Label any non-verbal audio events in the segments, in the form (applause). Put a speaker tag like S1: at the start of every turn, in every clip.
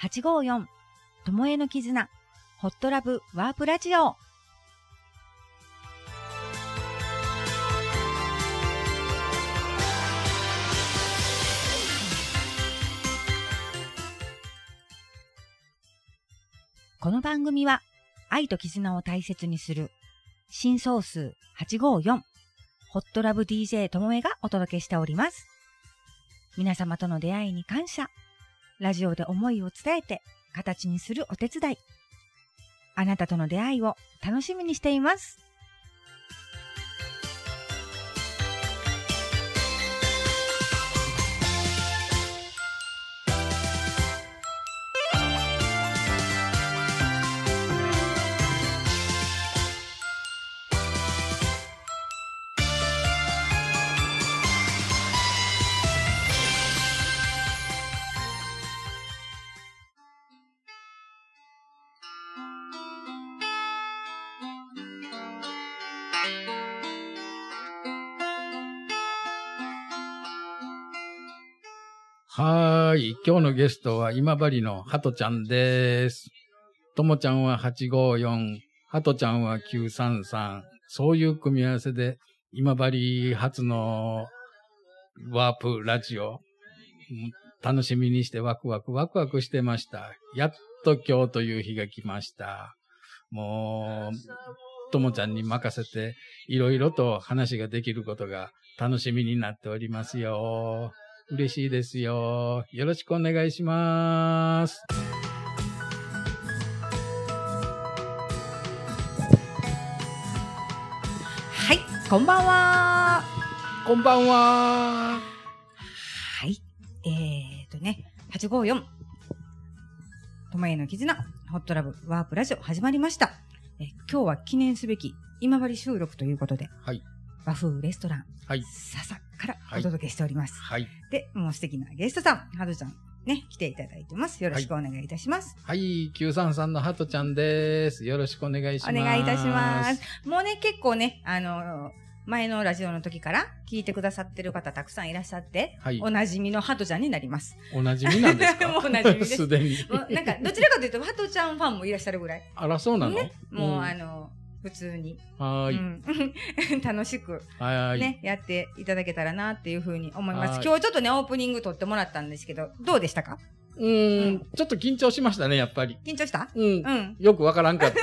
S1: 854ともえの絆ホットラブワープラジオこの番組は愛と絆を大切にする新総数854ホットラブ DJ ともえがお届けしております。皆様との出会いに感謝。ラジオで思いを伝えて形にするお手伝い。あなたとの出会いを楽しみにしています。
S2: はーい。今日のゲストは今治のハトちゃんです。ともちゃんは854、ハトちゃんは933。そういう組み合わせで今治初のワープラジオ。うん楽しみにしてワクワクワクワクしてました。やっと今日という日が来ました。もう、ともちゃんに任せていろいろと話ができることが楽しみになっておりますよ。嬉しいですよ。よろしくお願いします。
S1: はい、こんばんは。
S2: こんばんは。
S1: はい。えーとね、854。ともえの絆、ホットラブ、ワープラジオ始まりました。えー今日は記念すべき今治収録ということで、
S2: はい
S1: 和風レストラン、
S2: はい
S1: 笹からお届けしております。
S2: はい。
S1: で、もう素敵なゲストさん、ハドちゃん、ね、来ていただいてます。よろしくお願いいたします。
S2: はい。933のハトちゃんです。よろしくお願いします。
S1: お願いいたします。もうね、結構ね、あのー前のラジオの時から聞いてくださってる方たくさんいらっしゃって、
S2: はい
S1: お。なじみのハトちゃんになります。
S2: おなじみなんですか
S1: も (laughs) うおなじみです
S2: (laughs) すでに。
S1: もうなんか、どちらかというと、ハトちゃんファンもいらっしゃるぐらい。
S2: あら、そうなの、
S1: ねもう、
S2: ん
S1: あのー普通に、
S2: はーい、
S1: うん (laughs) 楽しく
S2: はーい。
S1: ね、やっていただけたらなっていうふうに思います
S2: は。い
S1: 今日ちょっとね、オープニング撮ってもらったんですけど、どうでしたか
S2: うーん。ちょっと緊張しましたね、やっぱり。
S1: 緊張した
S2: うん。
S1: うん。
S2: (laughs) よくわからんか
S1: (laughs)
S2: って。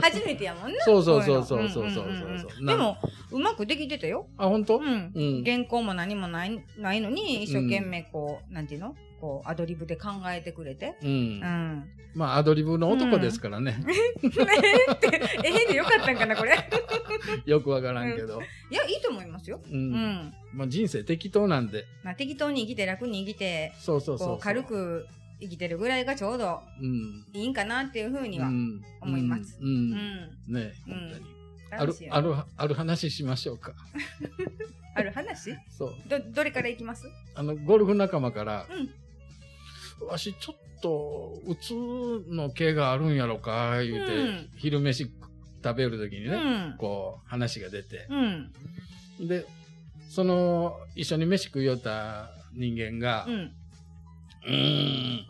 S1: 初めてやもんな。
S2: そうそうそうそうそうそうそう
S1: こいのんんんん
S2: な
S1: でも、うまくできてたよ。
S2: あ、本当？
S1: うん。
S2: うん
S1: 原稿も何もない、ないのに、一生懸命こう、なんていうのこう、アドリブで考えてくれて。
S2: うん
S1: う。ん。 (laughs)
S2: まあ、アドリブの男ですからね。
S1: えって、えでよかったんかな、これ。 (laughs)
S2: (laughs) よくわからんけど。
S1: いや、いいと思いますよ。
S2: う。
S1: うんん。
S2: まあ、人生適当なんで。
S1: まあ、適当に生きて、楽に生きて、
S2: そうそうそうそ
S1: こ
S2: う。
S1: う、軽。く生きてるぐらいがちょうど
S2: うん。
S1: いいんかなっていうふうに
S2: う
S1: は。
S2: ん
S1: 思います
S2: うん。
S1: う
S2: うん
S1: ん。
S2: ねえ、
S1: うん
S2: 本当に。あ
S1: 楽
S2: る
S1: しい、よ
S2: ある、ある話しましょうか。
S1: ある話
S2: そう。
S1: ど、どれからいきます
S2: あの、ゴルフ仲間から、
S1: うん。
S2: わしちょっと、うつの毛があるんやろか、言うて、
S1: うん
S2: 昼飯食べるときに
S1: う
S2: ね、
S1: ん。
S2: こう、話が出て。
S1: うん。
S2: で、その、一緒に飯食いよった人間が、
S1: うん。
S2: うーん。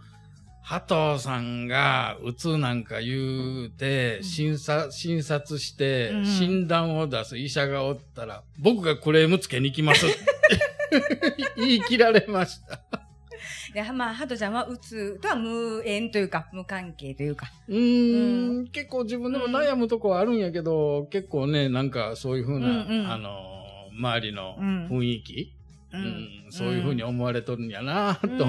S2: ハトさんが、うつなんか言うて、
S1: うん
S2: 診察、診察して
S1: う、ん
S2: 診断を出す医者がおったら、僕がクレームつけに来ますって。
S1: (laughs)
S2: 言い切られました。
S1: で、まあ、ハトちゃんはうつとは無縁というか、無関係というか。
S2: うーん、結構自分でも悩むとこはあるんやけど、結構ね、なんかそういうふうな、
S1: うんうん
S2: あのー周りの
S1: うん
S2: 雰囲気、
S1: う
S2: うんそういうふうに思われとるんやなと思って、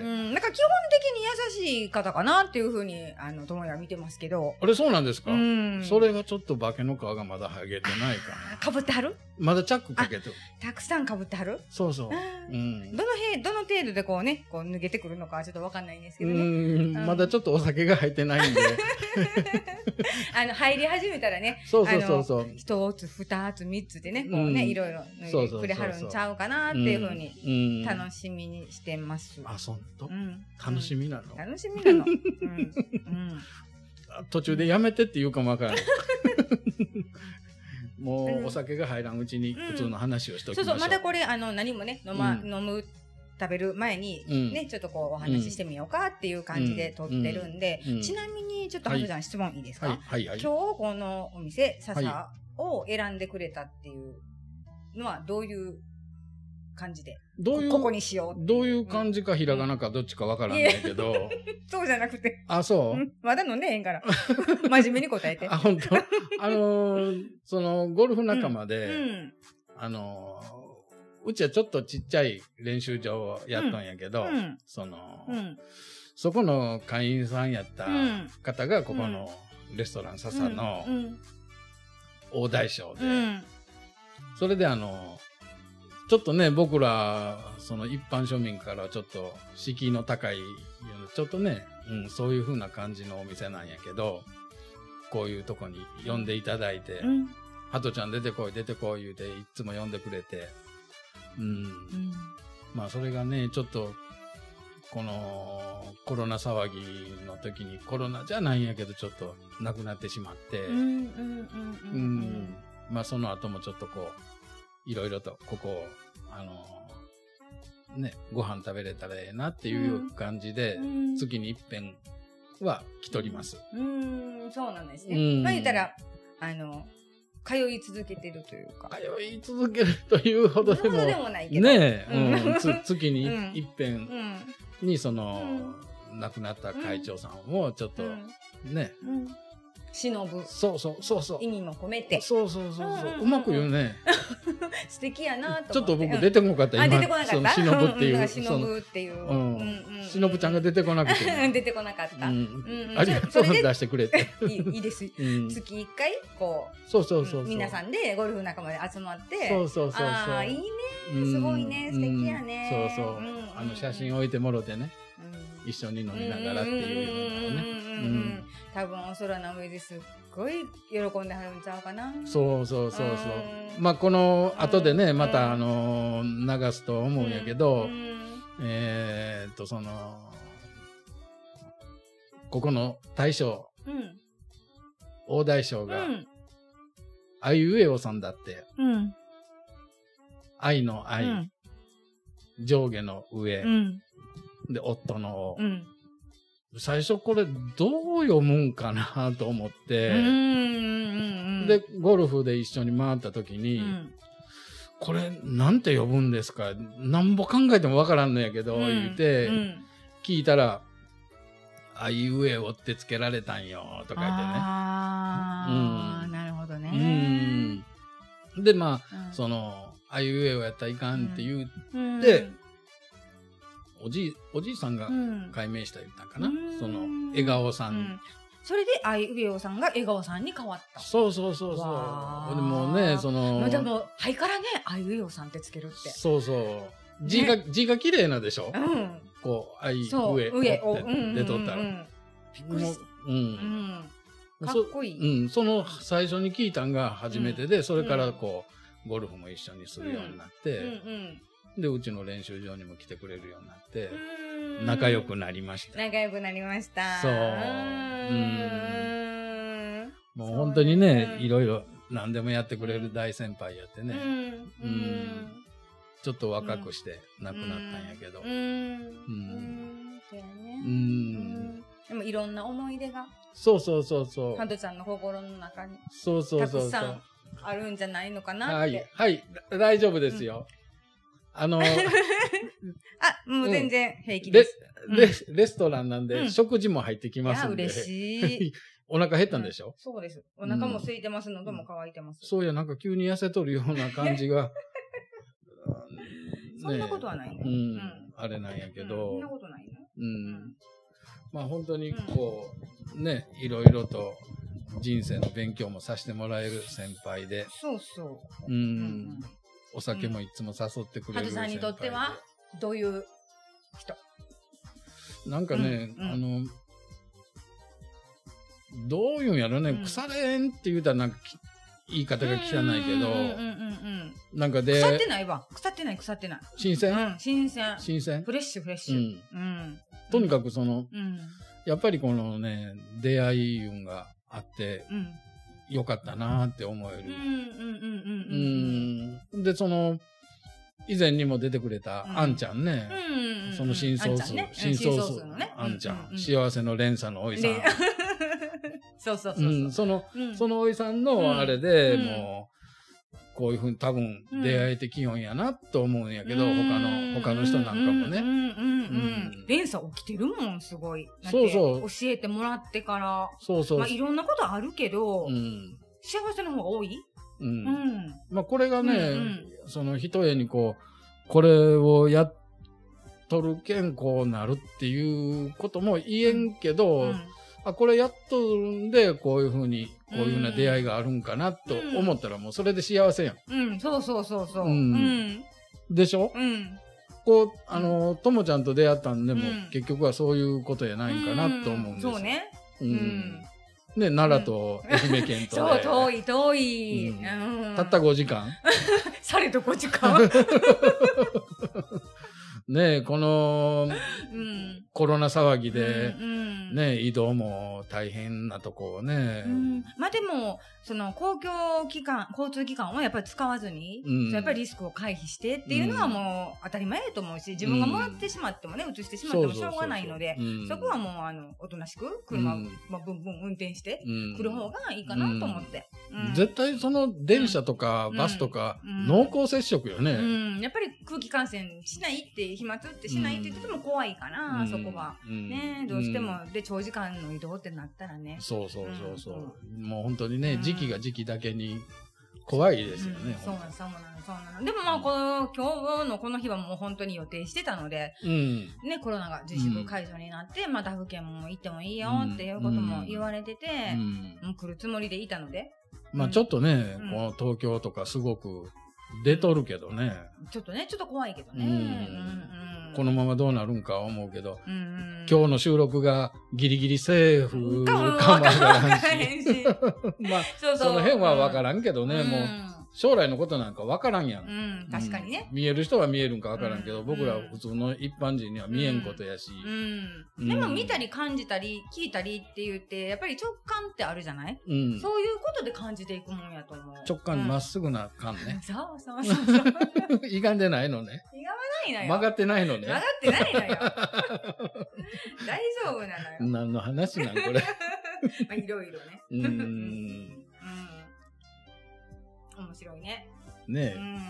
S1: うんうんなんか基本的に優しい方かなっていうふうに、あの、友也は見てますけど。
S2: あれそうなんですか、
S1: うん
S2: そ。れがちょっと化けの皮がまだ剥げてないかな。
S1: かぶってはる
S2: まだチャックかけてる。
S1: たくさんかぶってはる
S2: そうそう
S1: あ。
S2: う
S1: ー
S2: ん。
S1: どの辺、どの程度でこうね、こう脱げてくるのかはちょっとわかんないんですけ
S2: う
S1: どね。
S2: ん、まだちょっとお酒が入ってな
S1: (laughs)
S2: いんで。
S1: あの、入り始めたらね、
S2: そうそうそうそう。
S1: 一つ、二つ、三つでね、こうね、
S2: うん
S1: いろいろ脱
S2: そう
S1: い
S2: そ
S1: で
S2: う
S1: くれはるんちゃうかなっていうふうに、
S2: に
S1: 楽しみにしてます。
S2: あ、そんと
S1: う。ん。
S2: 楽しみなの。
S1: 楽しみなの。うん。うん。
S2: あ途中でやめてって言うかも
S1: (laughs)
S2: わからない。も
S1: うん
S2: うお酒が入らんうちに普通の話をしとき
S1: そ
S2: ま
S1: う
S2: しょ。
S1: そうう、まだこれ、あの、何もね、飲ま、
S2: うん
S1: 飲む食べる前に、
S2: うん
S1: ね、ちょっとこうお話ししてみようかっていう感じで撮ってるんで、
S2: うんうん
S1: ちなみにちょっとハトちゃん質問いいですか、
S2: はい、はい、はい。
S1: 今日このお店、笹
S2: は
S1: を選んでくれたっていうのはどういう感じで、
S2: どうい
S1: ここ
S2: う、
S1: にしようって
S2: どういう感じかひらがなかどっちかわからんだけど。
S1: そうじゃなくて、
S2: あ、そううん
S1: まだ飲んでへんから。真面目に答えて。
S2: あ、本当。あのーその、ゴルフ仲間
S1: う
S2: で、
S1: ん。
S2: あのーうちはちょっとちっちゃい練習場をやったんやけど、
S1: うん
S2: その、
S1: うん。
S2: そこの会員さんやった
S1: うん
S2: 方が、ここのレストラン笹の
S1: うん。
S2: 大大将で、
S1: うん。
S2: それであの、ちょっとね、僕ら、その一般庶民からはちょっと敷居の高い、ちょっとね、うん、そういう風な感じのお店なんやけど、こういうとこに呼んでいただいて、
S1: うん。うん
S2: ハトちゃん出てこい、出てこい言うて、いつも呼んでくれて、うん、まあそれがね、ちょっと、このコロナ騒ぎの時にコロナじゃないんやけど、ちょっとなくなってしまって、
S1: うん。うん。うん。
S2: う
S1: うん
S2: ん。まあその後もちょっとこう、いろいろとここを、あのーね、ご飯食べれたらええなっていう感じで、
S1: うん
S2: 月に一遍は来とります。
S1: うーん、そうなんですね。
S2: うん
S1: まあ言ったら、あの、通い続けてるというか。
S2: 通い続けるというほどで
S1: そ
S2: も、
S1: んなでもないけど。
S2: ねえ、
S1: う
S2: うんん、つ (laughs) 月に
S1: うん
S2: 一遍
S1: うん。
S2: にその、亡くなった会長さんをちょっと
S1: う
S2: ね
S1: ん。、うん。忍ぶ
S2: そうそうそうそう
S1: 意。味も込めて、
S2: そうそうそう
S1: うんうん
S2: そ
S1: うん
S2: う。
S1: うん
S2: うまく言うね。
S1: 素敵やな
S2: ち
S1: と
S2: ょっと
S1: 思って。
S2: 僕出てこなかった。
S1: うんあ、出てこなか
S2: そ
S1: っ
S2: の
S1: た。
S2: 忍ぶってい
S1: んん
S2: う。
S1: 忍ぶっていう。
S2: う
S1: うんんう
S2: しのぶちゃんが出てこなくて、
S1: 出てこなかっ
S2: う
S1: た。い
S2: ん
S1: うん
S2: ありがとう
S1: それで
S2: 出してくれて、
S1: いいい (laughs) です。
S2: うん、
S1: 月一回、こ
S2: そうそううそうそう、
S1: うん皆さんでゴルフ仲間で集まって、
S2: そうそうそうそう
S1: ああ、いいね。
S2: うん
S1: すごいね。素敵やね。
S2: うんそうそう、
S1: んん
S2: あの写真置いてもろてね
S1: うん
S2: 一緒に飲みながらっていうようなね
S1: うんうんうんうんうん多分お空の上ですっごい喜んではるんちゃうかなう
S2: そうそうそうそう
S1: うん
S2: まあこの後でね
S1: ん
S2: またあの流すと思うんやけど、
S1: ん
S2: えーっとそのここの大将
S1: うん
S2: 大大将
S1: う
S2: が、
S1: ん
S2: あいうえおさんだって
S1: うん
S2: 愛の愛、
S1: うん
S2: 上下の上、
S1: うん
S2: で夫の、
S1: うん
S2: 最初これどう読むんかなと思っ
S1: う
S2: て、
S1: ん
S2: で、ゴルフで一緒に回った時
S1: う
S2: に、
S1: ん
S2: これなんて呼ぶんですかなんぼ考えてもわからんのやけど、
S1: うん
S2: 言うて、
S1: うん
S2: 聞いたら、あいうえおってつけられたんよ、とか
S1: あ
S2: う
S1: あ
S2: ん
S1: なるほどね
S2: 言ってね。うん。で、ま
S1: う
S2: あ、
S1: ん
S2: その、あいうえおやったらいかんっていう、
S1: うん
S2: でおじい、おじいさんが
S1: うん
S2: 解明した言ったんかな、
S1: うん
S2: その、笑顔さ
S1: うんんそれであいうえおさんが笑顔さんに変わった
S2: そうそうそうそう。
S1: わー
S2: でもね、その
S1: まあ、でもハイからねあいうえおさんってつけるって
S2: そうそう。字が、字が綺麗なんでしょ
S1: うん
S2: こう、あい、
S1: そう
S2: 上、
S1: 上を
S2: って出とったら。
S1: う
S2: も
S1: んうんうんびっくりし
S2: うう。
S1: うんんうん、かっ
S2: そ
S1: こいい、
S2: うん、その最初に聞いたんが初めてで、それからこう、ゴルフも一緒にするようになっ
S1: うん
S2: て、で、うちの練習場にも来てくれるようになって、
S1: うんうん
S2: 仲良くなりました。
S1: 仲良くなりました
S2: そう
S1: うん
S2: もう本当にね
S1: う、ん
S2: いろいろ何でもやってくれる大先輩やって
S1: う
S2: ね、
S1: ん
S2: うんちょっと若くして亡くなったんやけど
S1: うん、うん
S2: ん
S1: そうや
S2: う
S1: ね、
S2: ん、
S1: でもいろんな思い出が
S2: そうそうそうそう
S1: ハ。ドちゃんの心の中に
S2: そうそうそうそう。
S1: たくさんあるんじゃないのかな
S2: は
S1: って、
S2: い、はい、だ大丈夫ですよ。あ
S1: (laughs)
S2: の、
S1: あもう全然平気で
S2: レ
S1: す、
S2: レレストランなんで、
S1: うん
S2: 食事も入ってき
S1: い
S2: ます
S1: や
S2: んで。
S1: 嬉しい
S2: お腹減ったんでし (laughs) ょ、
S1: そうですお腹も空いてます喉も乾いてます、
S2: そうや、なんか急に痩せとるような感じが。
S1: (laughs) そんなことはないね
S2: うん、
S1: うん
S2: あれなんやけ
S1: うんそ
S2: ど
S1: んな、ことないな
S2: うん、
S1: ん
S2: まあ本当にこう、ね、いろいろと人生の勉強もさせてもらえる先輩で、
S1: そうそうう、うんん、
S2: お酒もいつも誘ってくれる
S1: ハトさんにとってはうん、どういう人
S2: なんかね、
S1: うんうん
S2: あのどういうんやろね、
S1: うん
S2: 腐れんって言うたらなんかき言い方が汚いけど、
S1: うんうんうん
S2: なんか
S1: うん、腐って
S2: で
S1: ないわ腐ってない腐ってない、
S2: 新鮮、
S1: うん、新鮮
S2: 新鮮、
S1: フレッシュフレッシ
S2: う
S1: ュ
S2: ん、
S1: うん
S2: とにかくその
S1: うん
S2: やっぱりこのね出会い運があって
S1: うん
S2: よかったなって思え
S1: うんう
S2: る、
S1: んうんうんうん
S2: うんでその以前にも出てくれた、あんちゃんね。
S1: うん。
S2: その新ソー
S1: あん
S2: ス
S1: ちゃんね、
S2: 新ソー
S1: 新
S2: ス
S1: のね。
S2: あんちゃん、
S1: う
S2: 幸せの連鎖のおいさん。
S1: (laughs) でそうそうそう
S2: う
S1: そう。
S2: ん、その、
S1: うん
S2: そのおいさんのあれで、
S1: うん
S2: もう、こういうふうに多分
S1: うん
S2: 出会えてきよんやなと思うんやけど、
S1: うん
S2: 他の、他の人なんかも
S1: うん
S2: ね。
S1: うんうんう
S2: うん
S1: ん。連鎖起きてるもん、すごい。だって
S2: そうそう
S1: 教えてもらってから。
S2: そうそう。
S1: まあ、いろんなことあるけど、
S2: うん。
S1: 幸せの方が多い、
S2: う。
S1: うんん、
S2: まあ、これがね、
S1: うん
S2: その一重にこう、これをやっとるけん、こうなるっていうことも言えんけど、
S1: うん
S2: あ、これやっとるんで、こういうふうに、こういうふうな出会いがあるんかなと思ったら、もうそれで幸せやん。
S1: うん、そうそうそうそう。
S2: う
S1: うんん、
S2: でしょ
S1: うん、
S2: こう、あの、ともちゃんと出会ったんでも、
S1: うん
S2: 結局はそういうことやないんかなと思うんですよ。
S1: そう。ね。
S2: う
S1: うんん。、
S2: ね、奈良と愛媛県
S1: (laughs)
S2: と
S1: そう、
S2: で、
S1: 遠い遠い。
S2: う
S1: うんん。
S2: たった5時間。
S1: されど5時
S2: (laughs)
S1: 間。
S2: ねこの
S1: うん。
S2: コロナ騒ぎで、
S1: うん、
S2: ね、移動も大変なとこをね
S1: う、ん。まあでも、その公共機関、交通機関をやっぱり使わずに、
S2: うん
S1: そうやっぱりリスクを回避してっていうのはもう当たり前やと思うし、自分がもらってしまってもね、移してしまってもしょうがないので、
S2: うん
S1: そこはもう、あの、おとなしく車を、
S2: うん
S1: まあ、ブンブン運転して、
S2: うん
S1: 来る方がいいかなと思って。うん
S2: 絶対その電車とか
S1: うん
S2: バスとか、
S1: うん
S2: 濃厚接触よね。
S1: うん、やっぱり空気感染しないって、飛沫ってしないって言ってても怖いかな、
S2: うん
S1: そこは。。
S2: ん
S1: ねどうしても、で、長時間の移動ってなったらね。
S2: そうそうそうそう。もう本当にね、時期が時期だけに怖いですよね。
S1: うんそうなの、そうなの、そうなの。でもまあ、この、今日のこの日はもう本当に予定してたので、
S2: うん。
S1: ね、コロナが自粛解除になって、まあ、他府県も行ってもいいよっていうことも言われてて、
S2: うん
S1: もう来るつもりでいたので、
S2: まあちょっとね、
S1: うん
S2: この東京とかすごく出とるけどね、
S1: ちょっとね、ちょっと怖いけどね。
S2: うん
S1: うんうん
S2: このままどうなるんか思うけど、
S1: うんうん、
S2: 今日の収録がギリギリセーフ
S1: かも
S2: かもわからん
S1: わ
S2: し
S1: からんし
S2: まあ、
S1: そう
S2: その辺はわかららんけどね、もう将来のことなんかわからんやん。
S1: うん、確かにね。
S2: うん見える人は見えるんかわからんけど、
S1: うん
S2: 僕ら普通の一般人には見えんことやし、
S1: う
S2: うん
S1: ん。でも見たり感じたり聞いたりって言って、やっぱり直感ってあるじゃない、
S2: うん
S1: そういうことで感じていくもんやと思う。
S2: 直感まっ
S1: す。。
S2: すぐな感ね
S1: そうそうそうそう。ない
S2: (laughs) 歪んでないのね。
S1: のよ。
S2: 曲がってないの
S1: 曲が
S2: ね
S1: っ。てない
S2: (laughs)
S1: のよ。大丈夫なのよ。ま
S2: 何の話なんこ
S1: (laughs)
S2: れ。
S1: あ、いろいろね。
S2: うーん。
S1: うん。面白いね。
S2: ね
S1: う
S2: え
S1: ん。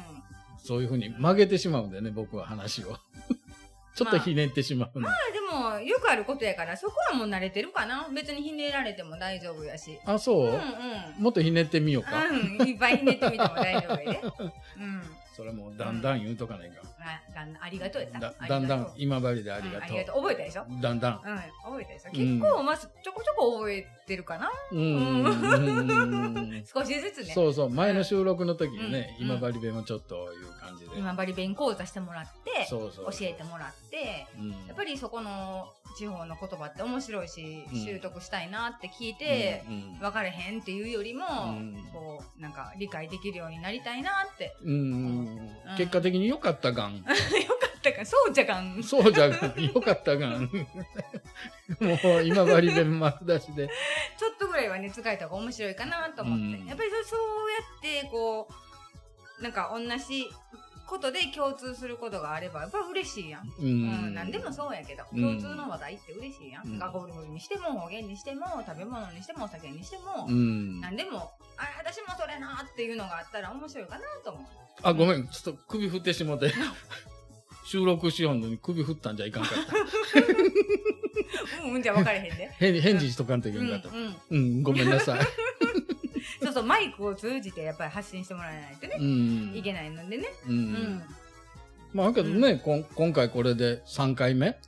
S2: そういうふうに曲げてしまうんだよね、僕は話を。 (laughs) ちょっとひねってしまうの。あ、
S1: まあでも、よくあることやから、そこはもう慣れてるかな。別にひねられても大丈夫やし。
S2: そう、
S1: うんうん。
S2: もっとひねってみようか。
S1: うん、いっぱいひねってみても大丈夫やで。うん。
S2: それもだんだん言うとかないか。
S1: あ、だんだん、ありがとうやった。
S2: だ
S1: ありが
S2: だ
S1: とうん
S2: だん今治であ
S1: あ
S2: りが
S1: あ
S2: と
S1: りがとう。覚えたでしょ
S2: う。だんだん。
S1: うん、覚えたでしょ。
S2: うん
S1: 結構、まず、ちょこちょこ覚えてるかな
S2: うーん。
S1: 少しずつね。
S2: そうそう、前の収録の時にね、
S1: うん
S2: 今治弁をちょっという感じで。
S1: 今治弁講座してもらって、
S2: そうそう。
S1: 教えてもらって、
S2: うん。
S1: やっぱりそこの地方の言葉って面白いし、
S2: うん
S1: 習得したいなって聞いて、
S2: うん
S1: 分かれへんっていうよりも、
S2: うん
S1: こう、なんか理解できるようになりたいなって。 (laughs)
S2: うん。うん結果的に良かったがん。
S1: よかったか、そうじゃかん。
S2: そうじゃがん。良かったがん。もう今治弁丸出しで。
S1: ちょっとぐらいはね、使えた方が面白いかなと思って。
S2: うん
S1: やっぱりそそうやって、こう、なんか同じことで共通することがあれば、やっぱ嬉しいやん。
S2: う。
S1: うんん、何でもそうやけど、
S2: うん
S1: 共通の話題って嬉しいや
S2: うん
S1: ん。ガゴルフにしても、方言にしても、食べ物にしても、お酒にしても、
S2: うん。
S1: 何でも、あ、私もそれなっていうのがあったら面白いかなと思う。
S2: あ、ごめん。ちょっと首振ってしも
S1: (laughs)
S2: て。収録しようのに首振ったんじゃいかんかった。
S1: (laughs) うん、うんじゃ分かれへん
S2: (laughs)
S1: で。
S2: 返返事しとかんといけ
S1: うんん、う
S2: か
S1: ん
S2: った。。うん、ごめんなさい。
S1: そうそう、マイクを通じてやっぱり発信してもらえないとね、
S2: うん。
S1: いけないのでね。
S2: う。
S1: うんん。
S2: まあ、けどね、こん今回これで3回目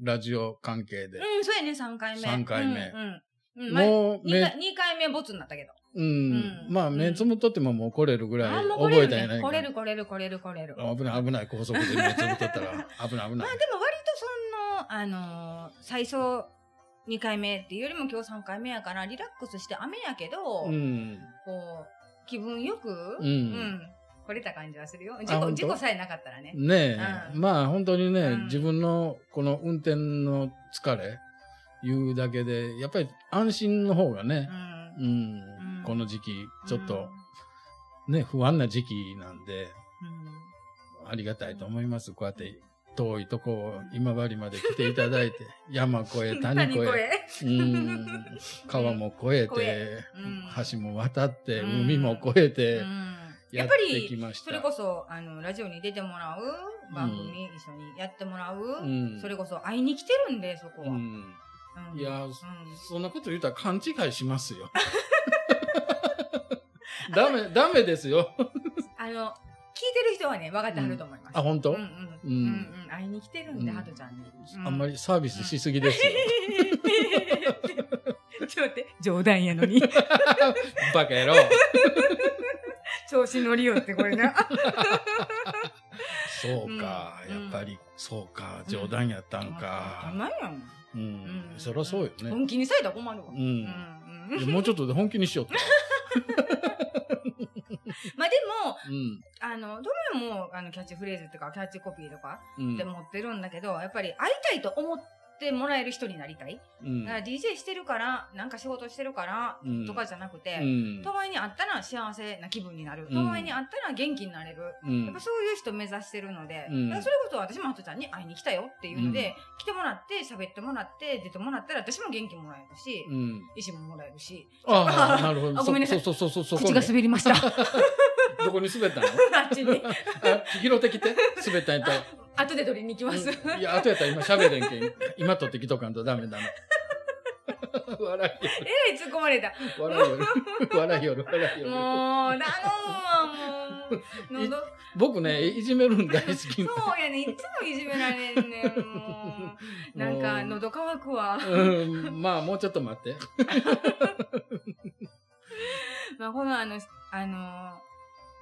S2: ラジオ関係で。
S1: うん、そうやね、3回目。
S2: 三回目
S1: うん。うん、前
S2: もう、
S1: 二回
S2: め、
S1: 二回目ボツになったけど。
S2: うん。
S1: うん
S2: まあ、目つむっとってももう来れるぐら
S1: あ
S2: い
S1: もう来
S2: 覚
S1: れ
S2: え
S1: る
S2: たんやな
S1: ね。
S2: い
S1: 来
S2: か
S1: れる来れる来れる来れる。まあ
S2: 危ない危ない、高速で目つむっとったら。
S1: (laughs)
S2: 危ない危
S1: でも
S2: ない
S1: 割。とその、あのー最初2回目っていうよりも今日3回目やからリラックスして雨やけど、
S2: うん。
S1: こう、気分よく、
S2: うん
S1: 来れた感じはするよ。事
S2: ほ
S1: 故、
S2: んと
S1: 事故さえなかったらね。
S2: ねえ、
S1: うん
S2: まあ本当にね、
S1: うん
S2: 自分のこの運転の疲れ、いうだけで、やっぱり安心の方がね
S1: う、ん。
S2: うん、
S1: うん
S2: この時期、ちょっと、ね、不安な時期なんで、
S1: うん
S2: ありがたいと思います。こうやって遠いとこを今治まで来ていただい
S1: (laughs)
S2: て、山越え、谷越え、うん川も越え
S1: 越 (laughs)
S2: て、
S1: うん
S2: 橋も渡って、
S1: うん
S2: 海も越えて
S1: う、んや
S2: やっ
S1: っぱ
S2: てき
S1: り
S2: ました。
S1: それこそあのラジオに出てもらう番組一緒にやってもらう、
S2: うん
S1: それこそ会いに来てるんでそこは、
S2: うん
S1: うん
S2: いや
S1: うん
S2: そんなこと言うたら勘違いします
S1: (laughs)
S2: よ。ダメ、ダメですよ。
S1: あの聞いてる人はね分かってはると思います、
S2: あ、本当、
S1: うんうん
S2: うん
S1: うんうん会いに来てるんで、
S2: うん
S1: ハトちゃんに、
S2: あんま
S1: り
S2: りサービスしす
S1: (laughs)
S2: ぎですよ。
S1: ちょっと待って冗談やの
S2: (laughs)
S1: に
S2: バカ野郎。
S1: 調子乗りよってこれな
S2: そうか、
S1: うん
S2: やっぱり、そうか、冗談やったん
S1: あ
S2: か。
S1: まやん、
S2: うん、
S1: うん
S2: そりゃそうよね。
S1: 本気にされたら困るわ、
S2: う。
S1: うんんうん
S2: いやもうちょっとで本気にしよ
S1: (laughs)
S2: うって。
S1: まあでも
S2: うん。
S1: あの、どれも、あの、キャッチフレーズとか、キャッチコピーとか
S2: うん
S1: で持ってるんだけど、やっぱり会いたいと思ってもらえる人になりたい。
S2: うん
S1: だから DJ してるから、なんか仕事してるから、
S2: うん
S1: とかじゃなく
S2: う
S1: て、
S2: ん
S1: とわいに会ったら幸せな気分になる。
S2: うん
S1: とわいに会ったら元気になれる。
S2: う
S1: やっ
S2: ん
S1: ぱそういう人目指してるので、
S2: うん
S1: だからそれこそ私もハトちゃんに会いに来たよっていうので、来てもらって、喋ってもらって、出てもらったら私も元気もらえるし、
S2: うん。
S1: 意志ももらえるし、
S2: あ
S1: (laughs)
S2: あ、なるほど。
S1: あごめんなさい
S2: そうそうそうそう。そこ
S1: 口が
S2: ね
S1: 滑り
S2: (laughs)
S1: ました。
S2: どこに滑ったの (laughs)
S1: あっちに。
S2: あ拾ってきて。滑ったん
S1: (laughs)
S2: やったら。
S1: 後で取りに行きます。
S2: うんいや、後やったら今喋れんけん。今取ってきとかんとダメだな。 (laughs) 笑
S1: えらい突っ込まれた。
S2: いよる。
S1: (laughs)
S2: 笑いよる。笑いよる。笑いよ
S1: もう、
S2: る。
S1: 頼むわ、もう。喉、
S2: 僕ね、いじめるん大好きな。
S1: そうやね、いつもいじめられんねん、も
S2: (laughs)
S1: う。なんか、
S2: もう
S1: 喉乾くわ。
S2: うん、まあ、もうちょっと待って。
S1: まあ、このあの、あの、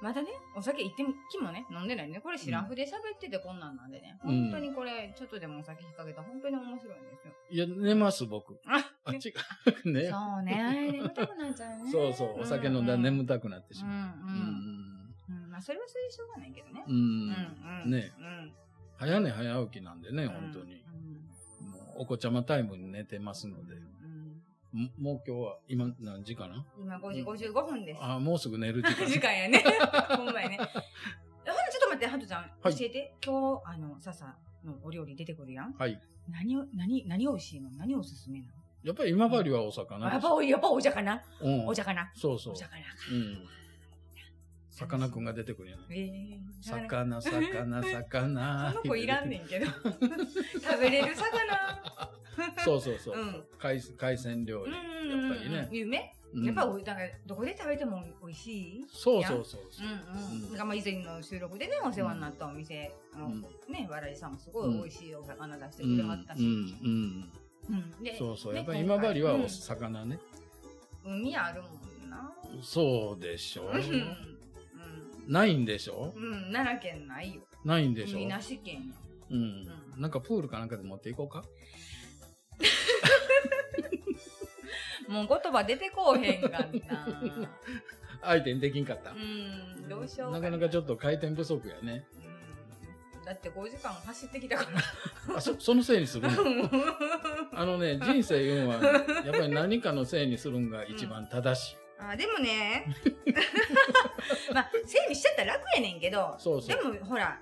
S1: またね、お酒一気もね、飲んでないね。これ、シラフで喋っててこんなんなんでね。
S2: うん
S1: 本当にこれ、ちょっとでもお酒引っ掛けたら本当に面白いんですよ。
S2: いや、寝ます、僕。
S1: あ
S2: あ、
S1: ね
S2: 違う。 (laughs) ね。
S1: そうね、眠たくなっちゃうね。
S2: (laughs) そうそう。お酒飲んだら
S1: っ
S2: 眠たくなって
S1: て
S2: しまう。
S1: う
S2: うんん。
S1: うん。うんまあ、それはそれでしょうがないけどね。
S2: う。
S1: うんん。
S2: ね
S1: うん。
S2: 早寝早起きなんでね、本当に。
S1: うん。
S2: もうお子ちゃまタイムに寝てますので。
S1: うん
S2: ももう今日は、今何時かな
S1: 今5時55分です。
S2: あ、もうすぐ寝る時間。
S1: (laughs) 時間やね。ほんまやね。ほんでちょっと待って、ハトちゃん、
S2: はい
S1: 教えて。今日、あの、笹のお料理出てくるやん。
S2: はい。
S1: 何を、何、何美味しいの何おすすめな
S2: やっぱり今治はお
S1: の
S2: 魚
S1: や
S2: で
S1: っ
S2: す
S1: ぱ、おやっぱお魚
S2: うん
S1: お魚
S2: そうそう
S1: お。魚か。
S2: うん。さかなクンが出てくるやん。
S1: えー、魚。
S2: 魚、魚、魚。
S1: この子いらんねんけど。食べれる魚。
S2: (laughs) そうそうそうう。
S1: ん。
S2: 海海鮮料
S1: う
S2: 理。
S1: んうんうん。
S2: やっぱりね
S1: 夢
S2: うん
S1: やっぱ、おなんか、どこで食べても美味しい
S2: そうそうそう。
S1: うんうん、だからまあ以前の収録でねお世話になったお店、あの
S2: うん
S1: ねわらじさんもすごい美味しいお魚出して
S2: う
S1: く
S2: ん、う
S1: れはったし、
S2: ん、
S1: うん
S2: う
S1: で
S2: ん。そうそう。
S1: ね
S2: やっぱり今治は
S1: 今
S2: お
S1: 回
S2: 魚ね。
S1: うん海あるもんな
S2: そうでしょ
S1: うん
S2: ないんでしょ
S1: うん、うん、奈良県ないよ
S2: ないんでしょ
S1: 海なし県よ
S2: うん。なんかプールかなんかで持っていこうか
S1: もう言葉出てこうへんがな
S2: 相手にできんかった
S1: う。んどうしよう
S2: なかなかちょっ
S1: と、
S2: と回転不足やね。
S1: うんだって5時間走ってきた
S2: (laughs)
S1: から
S2: あ、そ、そのせいにするの
S1: うん
S2: あのね、人生運は、やっぱり何かのせいにするんが一番正しい。
S1: あでもね (laughs) まあ整理しちゃったら楽やねんけど
S2: そうそ
S1: で
S2: う。
S1: もほら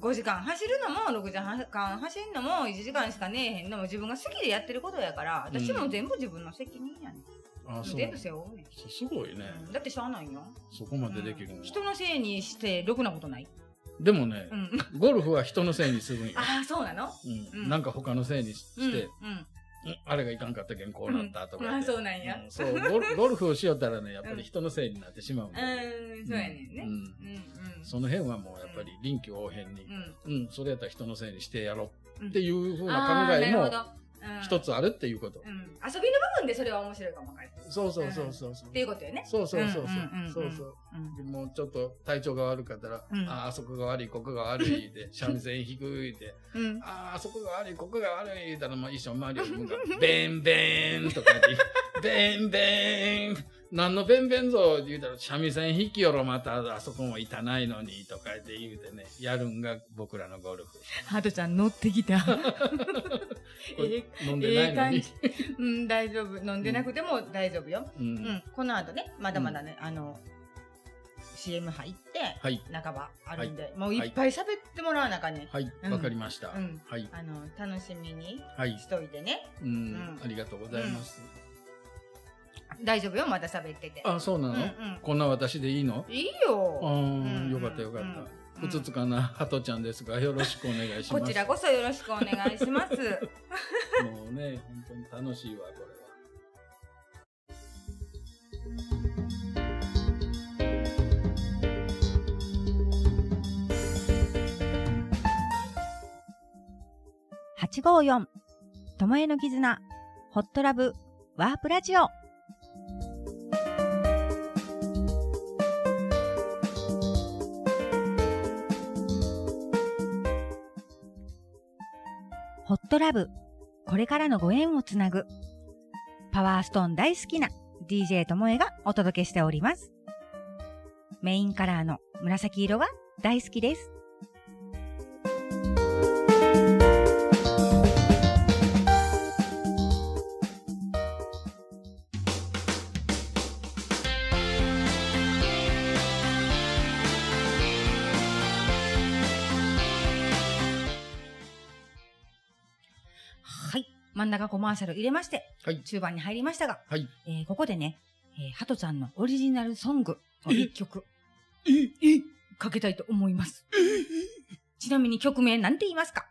S1: 5時間走るのも6時間走るのも1時間しかねえへんのも自分が好きでやってることやから
S2: うん
S1: 私も全部自分の責任やね、
S2: あ、
S1: ん、
S2: そう。
S1: 全部背負うねん
S2: そすごいね。
S1: うんだってしゃあないよ、
S2: そこまでできる
S1: うんん
S2: は
S1: 人のせいにしてろくなことない、
S2: でもね
S1: う、ん、
S2: ゴルフは人のせいにするんよ。
S1: ああそうなの
S2: う
S1: うん
S2: ん。なんか他のせいにし
S1: うん
S2: して、
S1: うん
S2: うんあれがいかんかったけんこうなったとか
S1: ああ
S2: 言って。
S1: そうなんや
S2: うんそうゴル、ゴルフをしよったらね、やっぱり人のせいになってしまうん
S1: う
S2: で。
S1: ーんそうやねん
S2: う
S1: ね
S2: ん
S1: うんうん
S2: その辺はもうやっぱり臨機応変に
S1: う、ん
S2: うん、それやったら人のせいにしてやろ
S1: う
S2: うんっていうふうな
S1: あ
S2: 考
S1: ー
S2: え
S1: なるほ
S2: も
S1: どうん
S2: 一つあるっていうこと
S1: う。ん、遊びの部分でそれは面白いかもわかる
S2: そうそうそうそうそう
S1: っ。ていうことよね、
S2: そうそうそうそう
S1: うんうんうんうん
S2: そうそう。
S1: うん
S2: でもうちょっと体調が悪かったら、
S1: うん
S2: あーあそこが悪い、ここが悪
S1: (laughs)
S2: いで、三味線低いで、
S1: うん、
S2: あーあそこが悪い、ここが悪いだらもう一生周りを向かう。ベンベンとか言って、ベンベン何のベンベンぞって言うたら、三味線引きよろ、またあそこもいたないのにとか言って言うてね、やるんが僕らのゴルフ。
S1: ハトちゃん乗ってきた。
S2: (laughs) これ
S1: ええ
S2: 飲んでないの
S1: 感
S2: に
S1: じ。。うん、大丈夫。飲んでなくても大丈夫よ。う
S2: う
S1: んん、この後ね、まだまだね、あの、 CM 入って、
S2: はい。
S1: 半ばあるんで、もういっぱい喋ってもらう中に、
S2: はい。
S1: うん
S2: わかりました。
S1: うん
S2: はい。
S1: あの、楽しみに
S2: はい。
S1: しといてね。
S2: うん。
S1: うん
S2: ありがとうございます。
S1: 大丈夫よ、まだ喋ってて。
S2: あ、そうな
S1: う
S2: の、
S1: んうん。
S2: こんな私でいいの
S1: いい
S2: あ
S1: よ。
S2: ー
S1: うん
S2: よかったよかった。
S1: うん
S2: うつつかなハトちゃんですが、よろしくお願いします。
S1: こちらこそよろしくお願いします。
S2: (laughs) もうね、本当に楽しいわ、これは。
S3: 854ともえの絆ホットラブワープラジオホットラブこれからのご縁をつなぐパワーストーン大好きな DJ ともえがお届けしておりますメインカラーの紫色が大好きですはい。
S1: 真ん中コマーシャル入れまして、
S2: はい
S1: 中盤に入りましたが、
S2: はい
S3: えー
S1: ここでね、えー、ハトちゃんのオリジナルソングを一曲かけたいと思います。ちなみに曲名なんて言いますか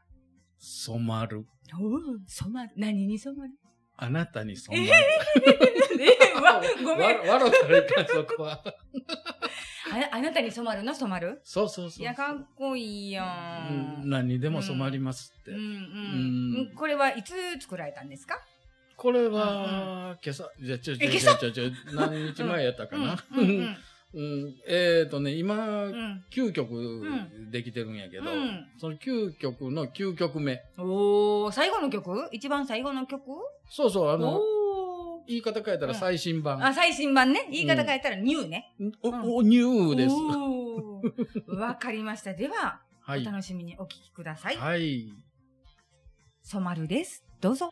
S2: 染まる。
S1: おお、染まる。何に染まる
S2: あなたに染まる。
S1: (laughs) ねえわ、ごめん
S2: わ。笑ったらいかん、そこは。
S1: あ。あなたに染まるの染まる
S2: そうそうそうそう。
S1: いや、かっこいいやん。
S2: うん、何にでも染まりますって。
S1: うん
S2: う
S1: うんん、これはいつ作られたんですか、
S2: これは、今朝、じゃ、ちょ、ち
S1: え
S2: ょ、
S1: 今
S2: ちょ、ちょ、ちょ、何日前やったか
S1: うん、
S2: な。
S1: うん、うん、
S2: うんえーとね、今
S1: う、ん。
S2: 9曲できてるん (laughs) やけど
S1: うん、
S2: その9曲の9曲目。
S1: おー、最後の曲一番最後の曲
S2: そうそう、あ
S1: お
S2: の、
S1: ー。
S2: 言い方変えたら最新
S1: あ、
S2: 版。
S1: 最新版ね。言い方変えたらニューね。
S2: お、お、ニューです。
S1: おーわかりました。では、
S2: は
S1: お
S2: い。
S1: 楽しみにお聞きください。
S2: はい。
S1: 染まるです。どうぞ。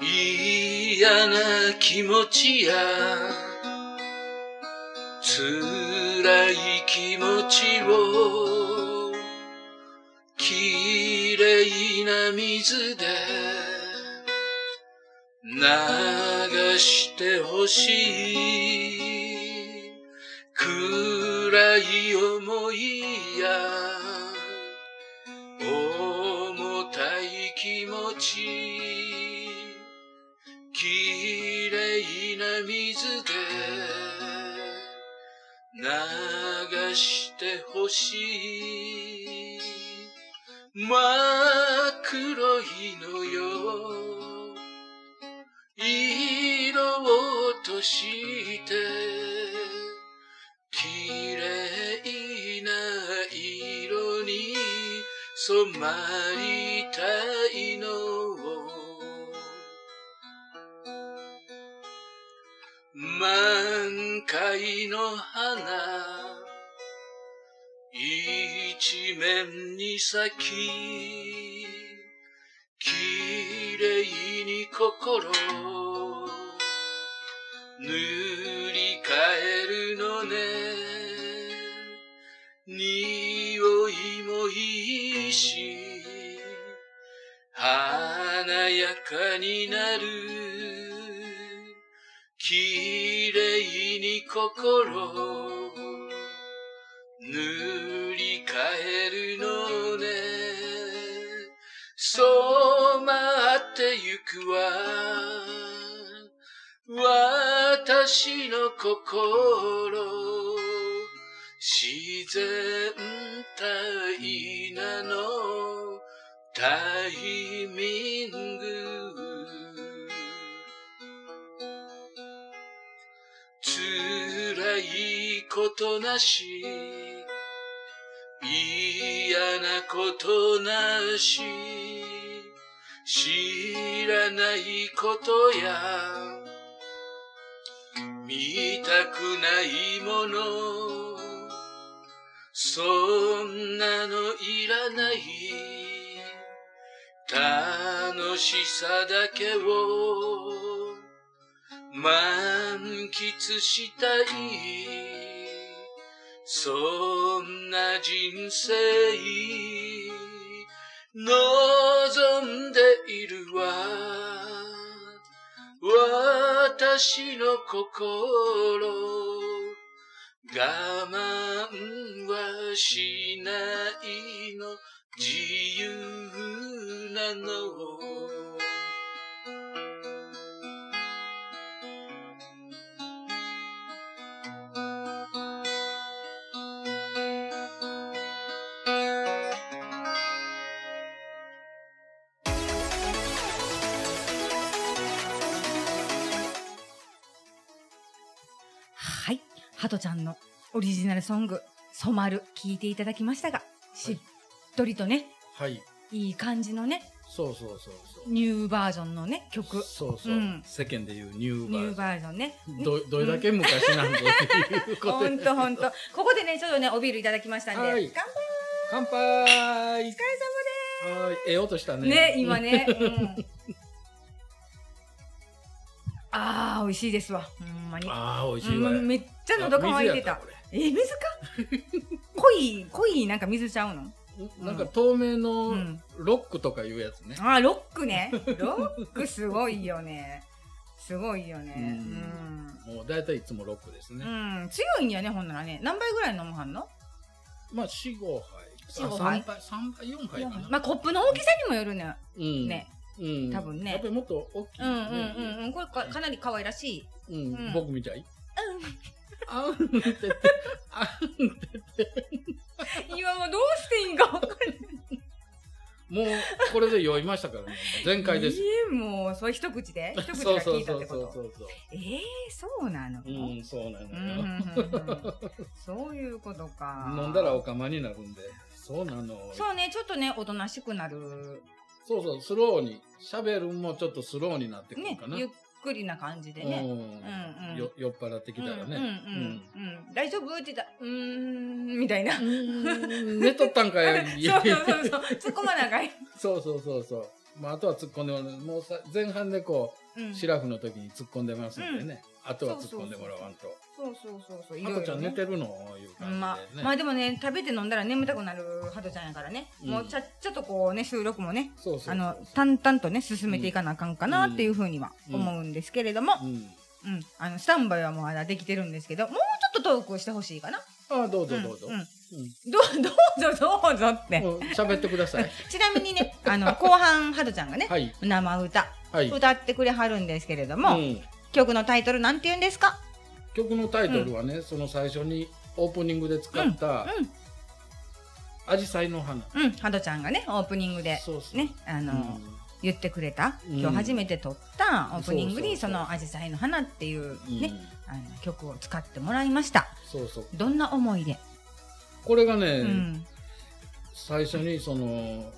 S4: 嫌な気持ちや辛い気持ちを綺麗な水で流してほしい暗い思いや重たい気持ちきれいな水で流してほしい真っ黒いのよ色を落としてきれいな色に染まりたいの満開の花一面に咲ききれいに心塗り替えるのね匂いもいいし華やかになるきれいに心塗り替えるのねそう待ってゆくわ私の心自然体なのタイミング辛いことなし嫌なことなし知らないことや見たくないものそんなのいらない楽しさだけを満喫したいそんな人生望んでいるわ私の心我慢はしないの自由なの
S1: はい。ハトちゃんのオリジナルソング、染まる、聴いていただきましたが、しっとりとね、
S2: はい。
S1: いい感じのね、
S2: そうそうそうそう。
S1: ニューバージョンのね、曲。
S2: そうそう。
S1: うん
S2: 世間で言うニュ
S1: ニ
S2: ーバ
S1: ュ
S2: ー
S1: ーバージョンね。
S2: ど、どれだけ昔なんだっていうこと
S1: ほ (laughs)
S2: で
S1: んとほんと。ここでね、ちょっとね、おビールいただきましたんで。
S2: は
S1: はいい、
S2: 乾杯お疲れ様ですはい。ええ音したね。
S1: ね、今ね。うん、あー、美味しいですわ。ほんまに。
S2: ああ、美味しいわ。
S1: うんめっちゃ喉乾いて
S2: あ
S1: た。
S2: 水
S1: え、
S2: やっ
S1: 水か濃い、濃いなんか水ちゃうの
S2: これなんか透明
S1: う
S2: の
S1: ん
S2: ロックとかいうやつね。
S1: あー、ロックね。ロックすごいよね。すごいよね。
S2: もう大体いつもロックです
S1: う
S2: ね。
S1: ん。うん。強いんやね、ほんならね。何杯ぐらい飲むはんの
S2: まあ、4、5杯。
S1: 四五杯
S2: 3杯、三杯、4杯かな。
S1: まあ、コップの大きさにもよるね。
S2: うん。
S1: ね。
S2: うん。
S1: 多分ね
S2: やっぱりもっと大きい、
S1: うんうんうん
S2: ね。
S1: うん。これかかなり可愛らしい。
S2: うん。
S1: うん
S2: 僕みたい (laughs) あんってて、あんって
S1: 今もうどうしていいんか分かん
S2: もう、これで酔いましたからね。全
S1: ない。
S2: 開です。
S1: えもう、それ一口で一口
S2: そ
S1: が
S2: うそ
S1: 聞
S2: う
S1: いた
S2: そ
S1: っ
S2: う
S1: て
S2: そ
S1: こ
S2: うそ
S1: と。
S2: うそう。
S1: えー、そうなの、
S2: うん、そうなの
S1: うんうんう
S2: よ。
S1: んうんそういうことか。
S2: 飲んだらおかまになるんで。そうなの。
S1: そうね、ちょっとね、おとなしくなる。
S2: そうそう、スローに。喋るんもちょっとスローになってくる
S1: ね
S2: かな。、
S1: ゆっくりな感じで
S2: う
S1: ね。
S2: ん
S1: うんうん
S2: よ酔っ払ってきたらね。
S1: うんうんうんうん。大丈夫って言ったら、うーん、みたいな。
S2: うーん寝とったん
S1: (laughs)
S2: かよ。
S1: そうそうそうそう。突っ込まなあかい。
S2: そうそうそうそう。まあ、あとは突っ込んでもらう。もうさ前半でこ
S1: う
S2: う、
S1: ん
S2: シラフの時に突っ込んでますんでね。あとは突っ込んでもらわんと。
S1: そうそうそうそう。いろい
S2: ハ
S1: ろね
S2: トちゃん寝てるのいう感じでね。
S1: まあ、まあでもね、食べて飲んだら眠たくなるハトちゃんやからね。
S2: うん
S1: もうちゃっちゃとこうね、収録もね、
S2: そうそうそう。
S1: あの、淡々とね、進めていかなあかんかなっていうふうには
S2: うん
S1: 思うんですけれども、
S2: うん。
S1: うん、あの、スタンバイはもうまだできてるんですけど、もうちょっとトークをしてほしいかな。
S2: ああ、どうぞどうぞ。
S1: んん
S2: うん
S1: どう、ど (laughs) うぞどうぞって。
S2: もう喋ってください。
S1: ちなみにね、あの、後半、ハトちゃんがね、
S2: はい。
S1: 生歌、
S2: はい。
S1: 歌ってくれはるんですけれども、
S2: うん
S1: 曲のタイトルなんて言うんですか
S2: 曲のタイトルはね、その最初にオープニングで使った「アジサイの花
S1: うん、うん、ハトちゃんがね、オープニング」で、
S2: そうそう、
S1: ね、あ
S2: う
S1: の、
S2: ん
S1: 言ってくれた、
S2: うん
S1: 今日初めて撮ったオープニングに
S2: そ
S1: そう
S2: そうそう
S1: の「アジサイの花」っていう
S2: うん
S1: ね、あの曲を使ってもらいました
S2: そうそう
S1: どんな思いで、
S2: これがね、
S1: うん
S2: 最初にその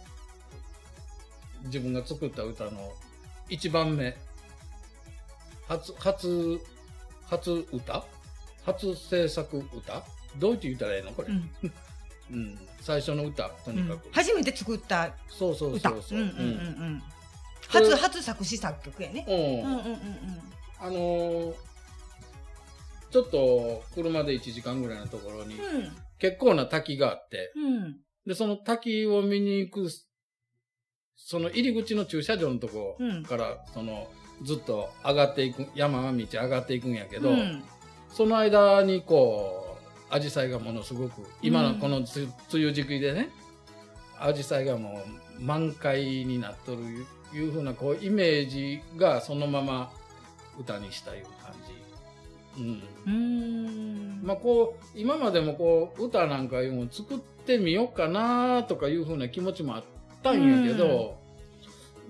S2: 自分が作った歌の一番目初初初歌初制作歌どうやって言ったらいいのこれ、
S1: う
S2: うん
S1: ん
S2: 最初の歌とにかく、
S1: 初めて作った
S2: そうそう
S1: 歌
S2: そううんそう
S1: うんうんうん初初作詞作曲やね
S2: うん
S1: うんうんうんうん
S2: あのーちょっと車で1時間ぐらいのところに結構な滝があって、
S1: うんうん
S2: で、その滝を見に行く、その入り口の駐車場のとこ
S1: うん
S2: から、その、ずっと上がっていく、山道上がっていくんやけど、
S1: うん
S2: その間にこう、アジサイがものすごく、今
S1: う
S2: の
S1: ん
S2: このつ梅雨時期でね、アジサイがもう満開になっとるいういうふうなこうイメージがそのまま歌にしたいう感じ。うん。
S1: うーん
S2: まあこう、今までもこう、歌なんかいうのを作ってみようかなとかいうふうな気持ちもあったんやけど、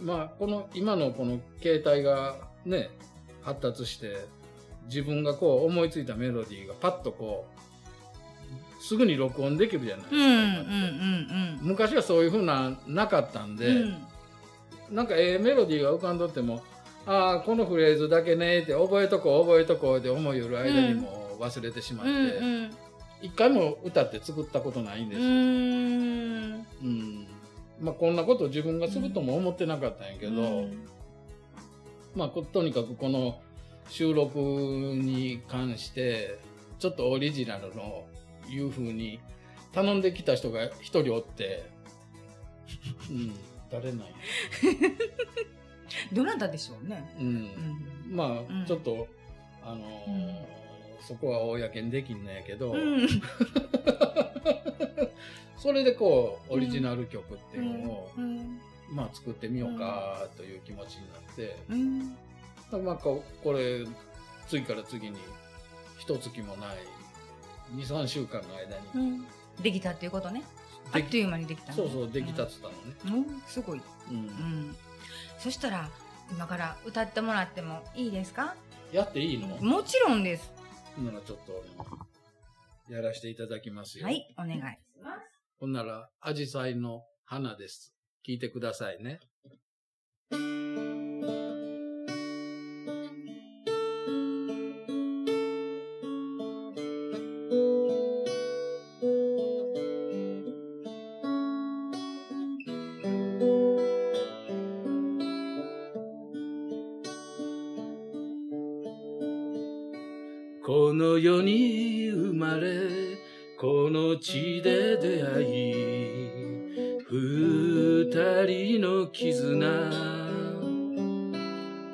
S2: まあこの今のこの携帯がね、発達して、自分がこう思いついたメロディーがパッとこう、すぐに録音できるじゃないで
S1: う
S2: す
S1: んうん
S2: か
S1: うん
S2: 今って。昔はそういうふうな、なかった
S1: う
S2: ん
S1: ん
S2: で、
S1: うん
S2: なんかええメロディーが浮かんどっても、ああ、このフレーズだけねって覚えとこう覚えとこうって思いよる間にも忘れてしま
S1: う
S2: って、
S1: んうん
S2: 一回も歌って作ったことないん
S1: う
S2: ですよ、
S1: ーん
S2: うんまあ、こんなこと自分がするとも思ってなかったんやけど、
S1: うん
S2: まあ、ことにかくこの収録に関して、ちょっとオリジナルの、いう風に、頼んできた人が一人
S1: (laughs)
S2: おって、うん、誰なんや。
S1: どなたでしょうね。
S2: う。
S1: うんん。
S2: まあ、
S1: うん
S2: ちょっと、あのー
S1: うん
S2: そこは公にできんのやけど、
S1: うん。
S2: それでこう、オリジナル曲っていうのを、
S1: うん。
S2: まあ作ってみようかという気持ちになって、
S1: うん。
S2: まあここれ、次から次に、一月もない、2、3週間の間
S1: う
S2: に
S1: ん。できたっていうことね。あ
S2: で
S1: っ
S2: き
S1: という間にできた、ね。
S2: そうそう、できたっつったのね。
S1: うん。うん。すごい。
S2: うん
S1: うん。そしたら、今から歌ってもらってもいいですか
S2: やっていいのな
S1: もちろんです。
S2: らちょっと、やらせていただきますよ。
S1: はい、お願いします。
S2: ほんなら、アジサイの花です。聞いてくださいね。
S4: この世に生まれ、この地で出会い、二人の絆。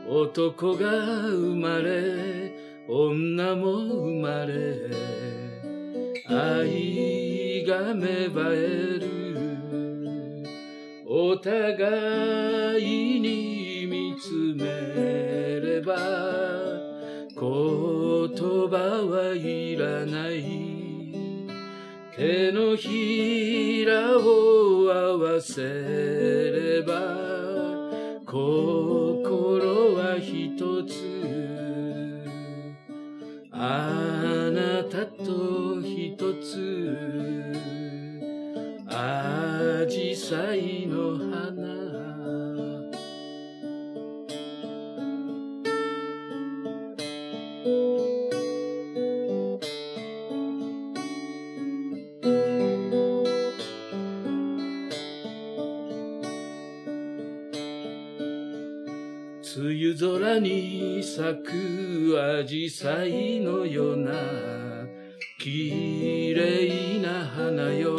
S4: 男が生まれ、女も生まれ、愛が芽生える。お互いに見つめれば、言葉はいらない手のひらを合わせれば心は一つあなたと一つアジサイの花梅雨空に咲くアジサイのような綺麗な花よ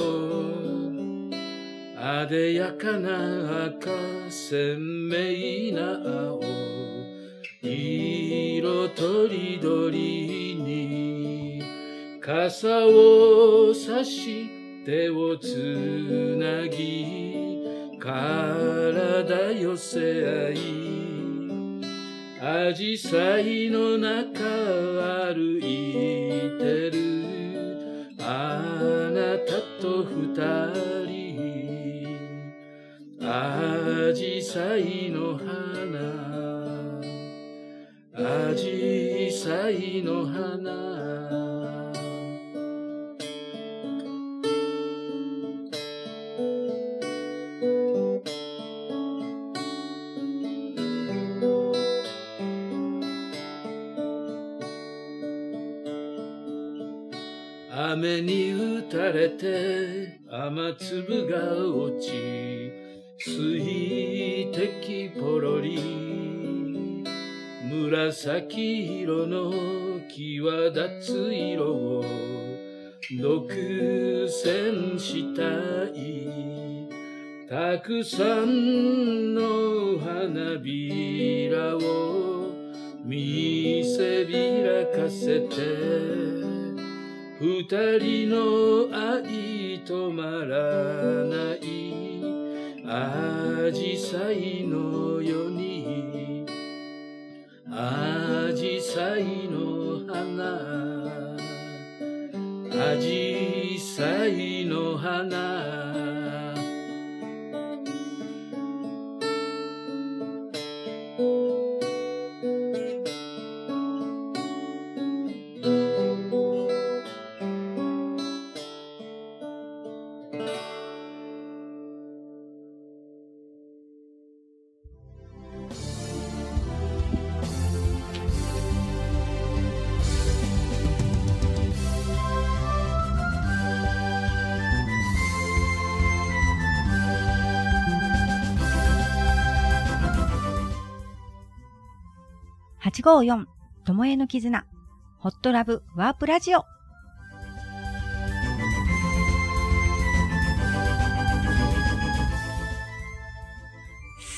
S4: 艶やかな赤鮮明な青色とりどりに傘を差し手をつなぎ体寄せ合い紫陽花の中歩いてるあなたと二人紫陽花の花紫陽花の花雨に打たれて雨粒が落ち水滴ポロリ紫色の際立つ色を独占したいたくさんの花びらを見せびらかせて二人の愛止まらない紫陽花のように紫陽花の花紫陽花の花
S3: 854ともえの絆、ホットラブワープラジオ。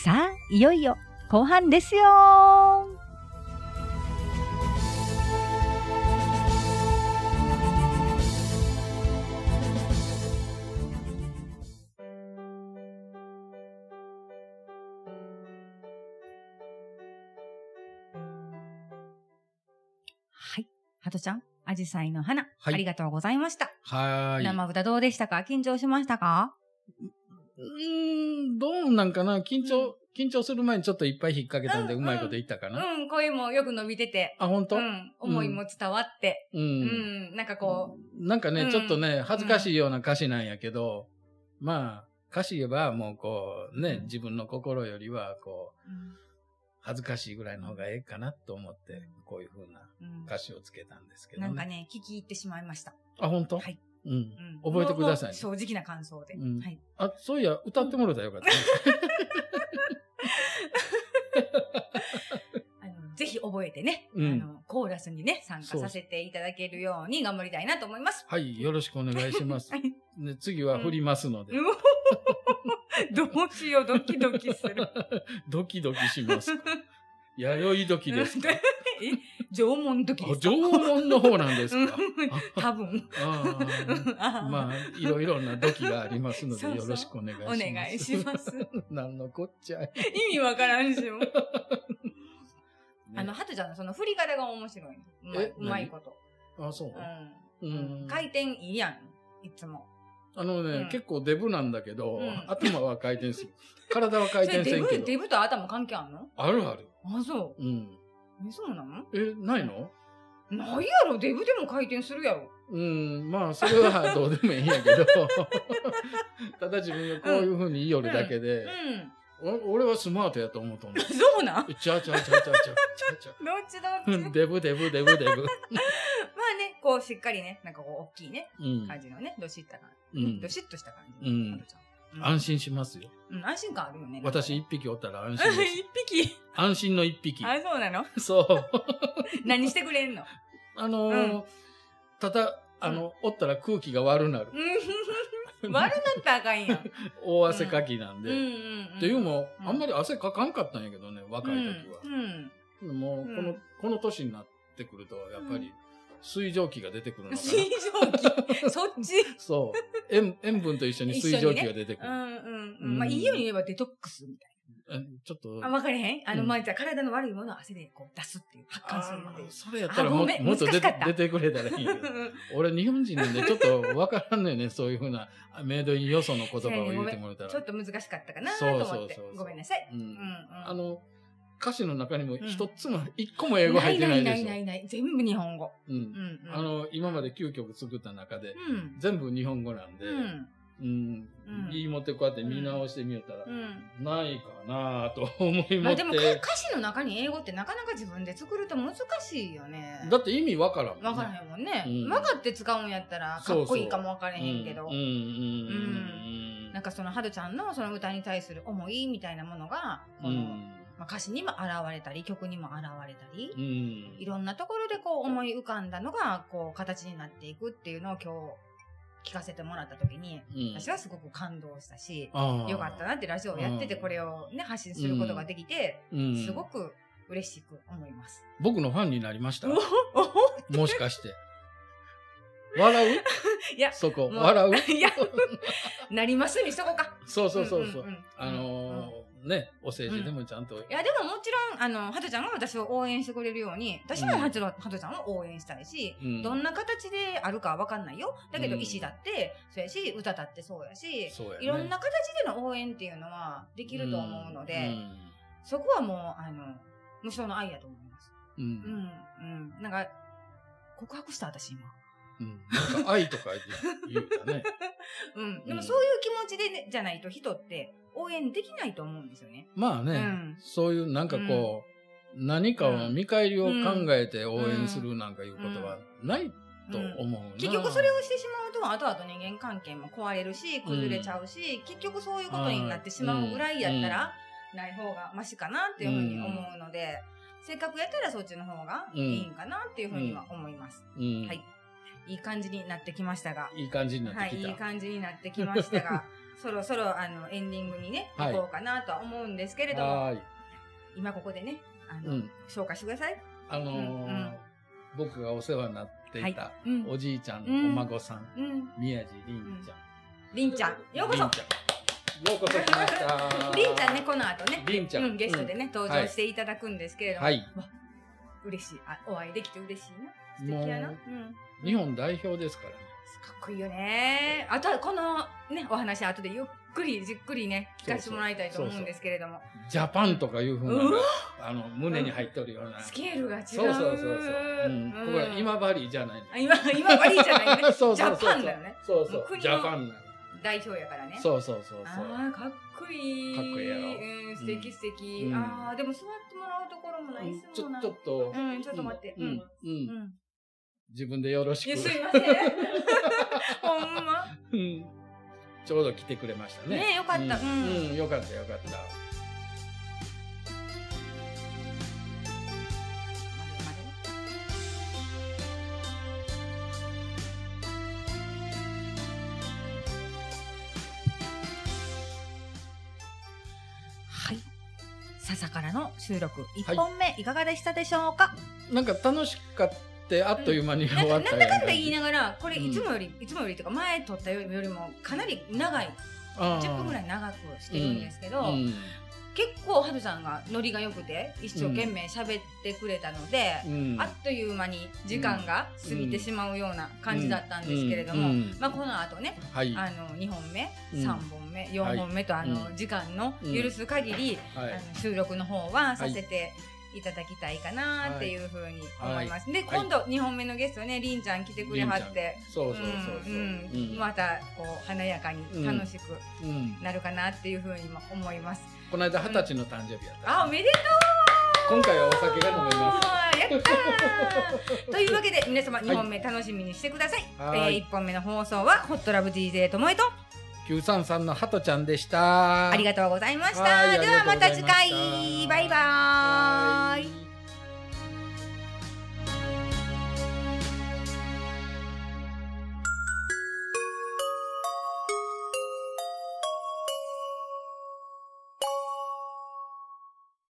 S3: さあ、いよいよ後半ですよ
S1: はい。ハトちゃん、アジサイの花、
S2: はい
S1: ありがとうございました。
S2: はーい。
S1: 生歌どうでしたか緊張しましたか
S2: うーん、どうなんかな緊張、緊張する前にちょっといっぱい引っ掛けたんで、
S1: う
S2: うんまいこと言ったかな、
S1: うん、声もよく伸びてて、
S2: あ、本当、
S1: う
S2: うん、
S1: ん、思いも伝わって、
S2: う
S1: うん、
S2: ん。
S1: なんかこ
S2: なんかね、
S1: うん
S2: ちょっとね、恥ずかしいような歌詞なんやけど、まあ、歌詞はもうこう、ね、自分の心よりは、こう、
S1: う、
S2: 恥ずかしいぐらいの方がええかなと思って、こういう風な
S1: うん
S2: 歌詞をつけたんですけどね。
S1: なんかね、聞き入ってしまいました。
S2: あ、本当
S1: はい。
S2: うん
S1: う。ん
S2: 覚えてください
S1: もう正直な感想で。
S2: うん
S1: はい。
S2: あ、そういや、歌ってもらったらよかったね。
S1: あのぜひ覚えてね、
S2: うん
S1: あの、コーラスにね、参加させていただけるように頑張りたいなと思います。
S2: はい、よろしくお願いし (laughs) ます
S1: はい。
S2: ね、次は振りますので
S1: う、お (laughs) どうしよう、ドキドキする。
S2: (laughs) ドキドキし (laughs) ます。弥生時ですか
S1: (laughs) え縄文時です
S2: あ
S1: か
S2: 縄文の方なんですか
S1: うん多分。
S2: ああ。ま
S1: (laughs) あ
S2: あ、いろいろな時がありますの
S1: (laughs)
S2: で、
S1: そうそう
S2: よろしくお願いし
S1: お
S2: ます。
S1: 願いします。
S2: (laughs) なんのこっちゃい。
S1: 意味わから
S2: (laughs)
S1: んしも。
S2: ね
S1: あの、ハトちゃんのその振り方が面白いの。うま
S2: え
S1: いうまいこと。
S2: あ、そう。
S1: う。
S2: うんん。
S1: 回転いいやん。いつも。
S2: あの
S1: う
S2: ね
S1: ん、
S2: 結構デブなんだけど
S1: うん、
S2: 頭は回転する。体は回
S1: それ
S2: 転
S1: デ
S2: せんけ
S1: ブ、
S2: ど。
S1: デブと頭関係あんの
S2: あるある。
S1: あ、そ
S2: うん。
S1: う。え、そうなの
S2: え、ないの
S1: ないやろ、デブでも回転するやろ。
S2: うん、まあ、それはどうでもいいんや
S1: (laughs)
S2: けど。ただ自分がこういうふうに言いよるだけ
S1: う
S2: で、
S1: ん。
S2: お俺はスマートやと思うとん
S1: (laughs)
S2: (laughs) の。
S1: そうなんど
S2: ちゃうちゃうちゃうちゃうちゃうちゃう
S1: っちどっち。
S2: うんデブデブデブデブ。
S1: まあね、こうしっかりね、なんかこう大きいね、
S2: うん。
S1: 感じのね、どしった感
S2: う
S1: じ。
S2: ん
S1: どしっとした感じ。
S2: うん
S1: ハトちゃん。
S2: 安
S1: 心。
S2: 心しますよ。
S1: うん、安心感あるよね。 (laughs)
S2: 私
S1: 一
S2: 一匹おったら安心
S1: (laughs)
S2: です。
S1: 匹。一
S2: 安心の一匹
S1: 匹。。あ、そうなの
S2: そう。
S1: 何してくれ
S2: (laughs)
S1: んの
S2: あのーただ、あの、おったら空気が悪なる。
S1: うん悪なったらあかんやん。
S2: 大汗かきなん
S1: うん
S2: で。
S1: うんうん。
S2: っていうのも、
S1: うん
S2: あんまり汗かかんかったんやけどね、
S1: う
S2: 若い時は。
S1: ん。
S2: もう、
S1: う
S2: この、
S1: ん
S2: この年になってくると、やっぱ
S1: う
S2: り、水蒸気が出てくる
S1: うん。
S2: のか
S1: 水蒸気。 (laughs) そっち。
S2: な。そう。塩塩分と一緒に水蒸気が出てく
S1: う
S2: る。
S1: んうんうん。まあ、
S2: うん
S1: いいように言えばデトックスみたい
S2: えちょっと
S1: な。あ、、わかれへんあの、
S2: うん
S1: まあ、じゃあ体の悪いものを汗でこう出すっていう、発汗するってい
S2: あ
S1: う
S2: ー。それやったら
S1: あご
S2: も
S1: めん
S2: もっと出
S1: 難し
S2: て
S1: かった
S2: 出てくれたらいいよ。俺、日本人なんで、ちょっとわからんのよね、 (laughs) そういうふうな、メイドインよその言葉を言うてもらえたら。
S1: ちょっと難しかったかなと
S2: そうそう
S1: 思って
S2: そうそ。う
S1: ごめんなさい。
S2: うん
S1: うんうん。
S2: あの、歌詞の中にも
S1: ん
S2: 一つも、一個も英語入ってない
S1: な
S2: で
S1: い
S2: しょ
S1: な。いないない。全部日本語。
S2: う
S1: うん
S2: ん
S1: うん。
S2: あの、今まで9曲作った中で、
S1: うん。
S2: 全部日本語なんで、
S1: うん。うん
S2: うん
S1: うん
S2: 言いもってこうやって見直してみよったら、
S1: うん。
S2: ないかなと思い
S1: ま
S2: ま
S1: あ
S2: っ
S1: で
S2: て、
S1: もか歌詞の中に英語ってなかなか自分で作ると難しいよね。
S2: だって意味わからんもんね。
S1: 分からへんもんね。
S2: うん
S1: 分かって使うんやったらかっこいいかも分からへんけど。
S2: うんうんうん
S1: なんかそのハドちゃんのその歌に対する思いみたいなものが、
S2: う
S1: この
S2: ん
S1: まあ、歌詞にも現れたり曲にも現れたり、
S2: うん
S1: いろんなところでこう思い浮かんだのがこう形になっていくっていうのを今日聞かせてもらった時に
S2: うん
S1: 私はすごく感動したし、
S2: ああ
S1: よかったなってラジオをやってて
S2: うん
S1: これをね発信することができて、
S2: うん
S1: すごく嬉しく思います。
S2: 僕のファンになりました。
S1: おお
S2: もしかして。笑う
S1: (laughs) いや
S2: そこ、
S1: もう
S2: 笑う
S1: いやなりますにしとこうか。
S2: (laughs) そうそうそうそう。
S1: んんん
S2: あ
S1: うん
S2: のーね、お世辞でもちゃんと。
S1: いやでももちろんあのハトちゃんが私を応援してくれるように私もハト,、ハトちゃんを応援したいし、
S2: うん
S1: どんな形であるかわかんないよだけど
S2: うん
S1: 意思だってそうやし歌だってそうやし
S2: そうやね
S1: いろんな形での応援っていうのはできると思うので、そこはもうあの無償の愛やと思います。
S2: うん。うん
S1: う
S2: うん
S1: んうん、なんか告白した私今、
S2: うんなんか愛とか言う言う
S1: (laughs)
S2: たね。
S1: うん、でも
S2: うん
S1: そういう気持ちで、ね、じゃないと人って応援できないと思うんですよね。
S2: まあね、
S1: うん
S2: そういうなんかこう、何かを見返りを考えて応援するなんかいうことはないと
S1: うん
S2: 思うな、
S1: 結局それをしてしまうと後々人間関係も壊れるし崩れちゃうし、結局そういうことになってしまうぐらいやったら、ない方がマシかなっていうふうに思うので、せっかくやったらそっちの方がいいんかなっていうふうには思います。
S2: うん
S1: はいいい感じになってきましたが、
S2: いい感じにな
S1: は
S2: って
S1: い、
S2: き
S1: い
S2: た。
S1: い感じになってきました
S2: (laughs)
S1: が、そろそろあのエンディングにね、
S2: は
S1: 行
S2: い
S1: こうかなとは思うんですけれども、
S2: はーい。
S1: 今ここでね、あ
S2: う
S1: の、
S2: ん。
S1: 紹介してください。
S2: あのー
S1: うんうん
S2: 僕がお世話になっていた、
S1: うん。
S2: おじいちゃんのお孫さん、
S1: うん。
S2: 宮地凛ちゃん。
S1: りんちゃん、ようこそ
S2: 凛ちゃんようこそ来まし
S1: (laughs)
S2: た。
S1: りんちゃんね、この後ね、
S2: 凛ちゃん。
S1: うん、ゲストで
S2: ね。
S1: ね、登場していただくんですけれども、
S2: はい。
S1: 嬉しいあ。お会いできて嬉しいな。素
S2: も
S1: 敵やな。う。、
S2: うん日本代表ですからね。
S1: かっこいいよね。あとは、このね、お話、後でゆっくり、じっくりね、聞かせてもらいたいと思うんですけれども、
S2: ジャパンとかいうふうなの
S1: う
S2: が
S1: わ、
S2: あの、胸に入ってるような。
S1: スケールが違う。
S2: そうそうそうそう。うん。これは今治じゃない。
S1: あ今、今、悪いじゃないね
S2: (laughs) そうそうそうそう
S1: ジャパンだよね。
S2: そうそ
S1: もう
S2: う。
S1: 国の
S2: ジャパンなの。
S1: 代表やからね。
S2: そうそうそうそう。
S1: ああ、かっこいい。
S2: かっこいいやろ
S1: うん、素敵素敵。
S2: うん
S1: ああ、でも座ってもらうところもないっす
S2: ち
S1: も
S2: ょ
S1: んな。
S2: ちょっと、
S1: うん、ちょっと待って。
S2: う
S1: うんん。、
S2: うん
S1: う、ん。
S2: 自分でよろし
S1: いや、
S2: く
S1: す。いません。ほんま。
S2: うんちょうど来てくれましたね。
S1: ねえよかった
S2: う
S1: うん
S2: ん、うんよかったよかった。
S3: はい。笹からの収録1本目いかがでしたでしょうか、
S2: なんか楽しかった、あっという間に
S1: な
S2: 終
S1: ん
S2: わ
S1: かな
S2: った
S1: ん
S2: よ
S1: だ
S2: う
S1: かんだ
S2: 感じ
S1: 言いながら、これ
S2: うん
S1: いつもより、いつもよりというか前撮ったよりもかなり長い、
S2: あー
S1: 10分ぐらい長くしてるんですけど、
S2: うん
S1: 結構ハルさんがノリが良くて一生懸命喋ってくれたので、
S2: うん
S1: あっという間に時間が過ぎてしまうような感じだったんですけれども、
S2: うんうん
S1: まあ、この後ね
S2: はい、は
S1: あの2本目、
S2: うん
S1: 3本目4本目とあの
S2: う
S1: 時間の許す限り、あ
S2: い、
S1: の収録の方はさせていただきたいかなっていうふうに思います。で
S2: はい
S1: 今度2本目のゲストねりんちゃん来てくれはって。
S2: そうそうそうそう。
S1: うんうん
S2: うん
S1: またこう華やかに楽しく
S2: うん
S1: なるかなっていうふうにも思います。
S2: この間二十歳の誕生日やった。
S1: あおめでと
S2: 今回はお酒が
S1: う
S2: 飲めます。
S1: やった
S2: (laughs)
S1: ーというわけで皆様2本目楽しみにしてください。
S2: はい
S1: えー、1本目の放送はホットラブ DJ ともえと
S2: 九三三のハトちゃんでした。
S1: ありがとうございまし
S2: は
S1: た。
S2: い
S1: ではまた次
S2: ありがとうございま
S1: 回
S2: した
S1: バイバーイ。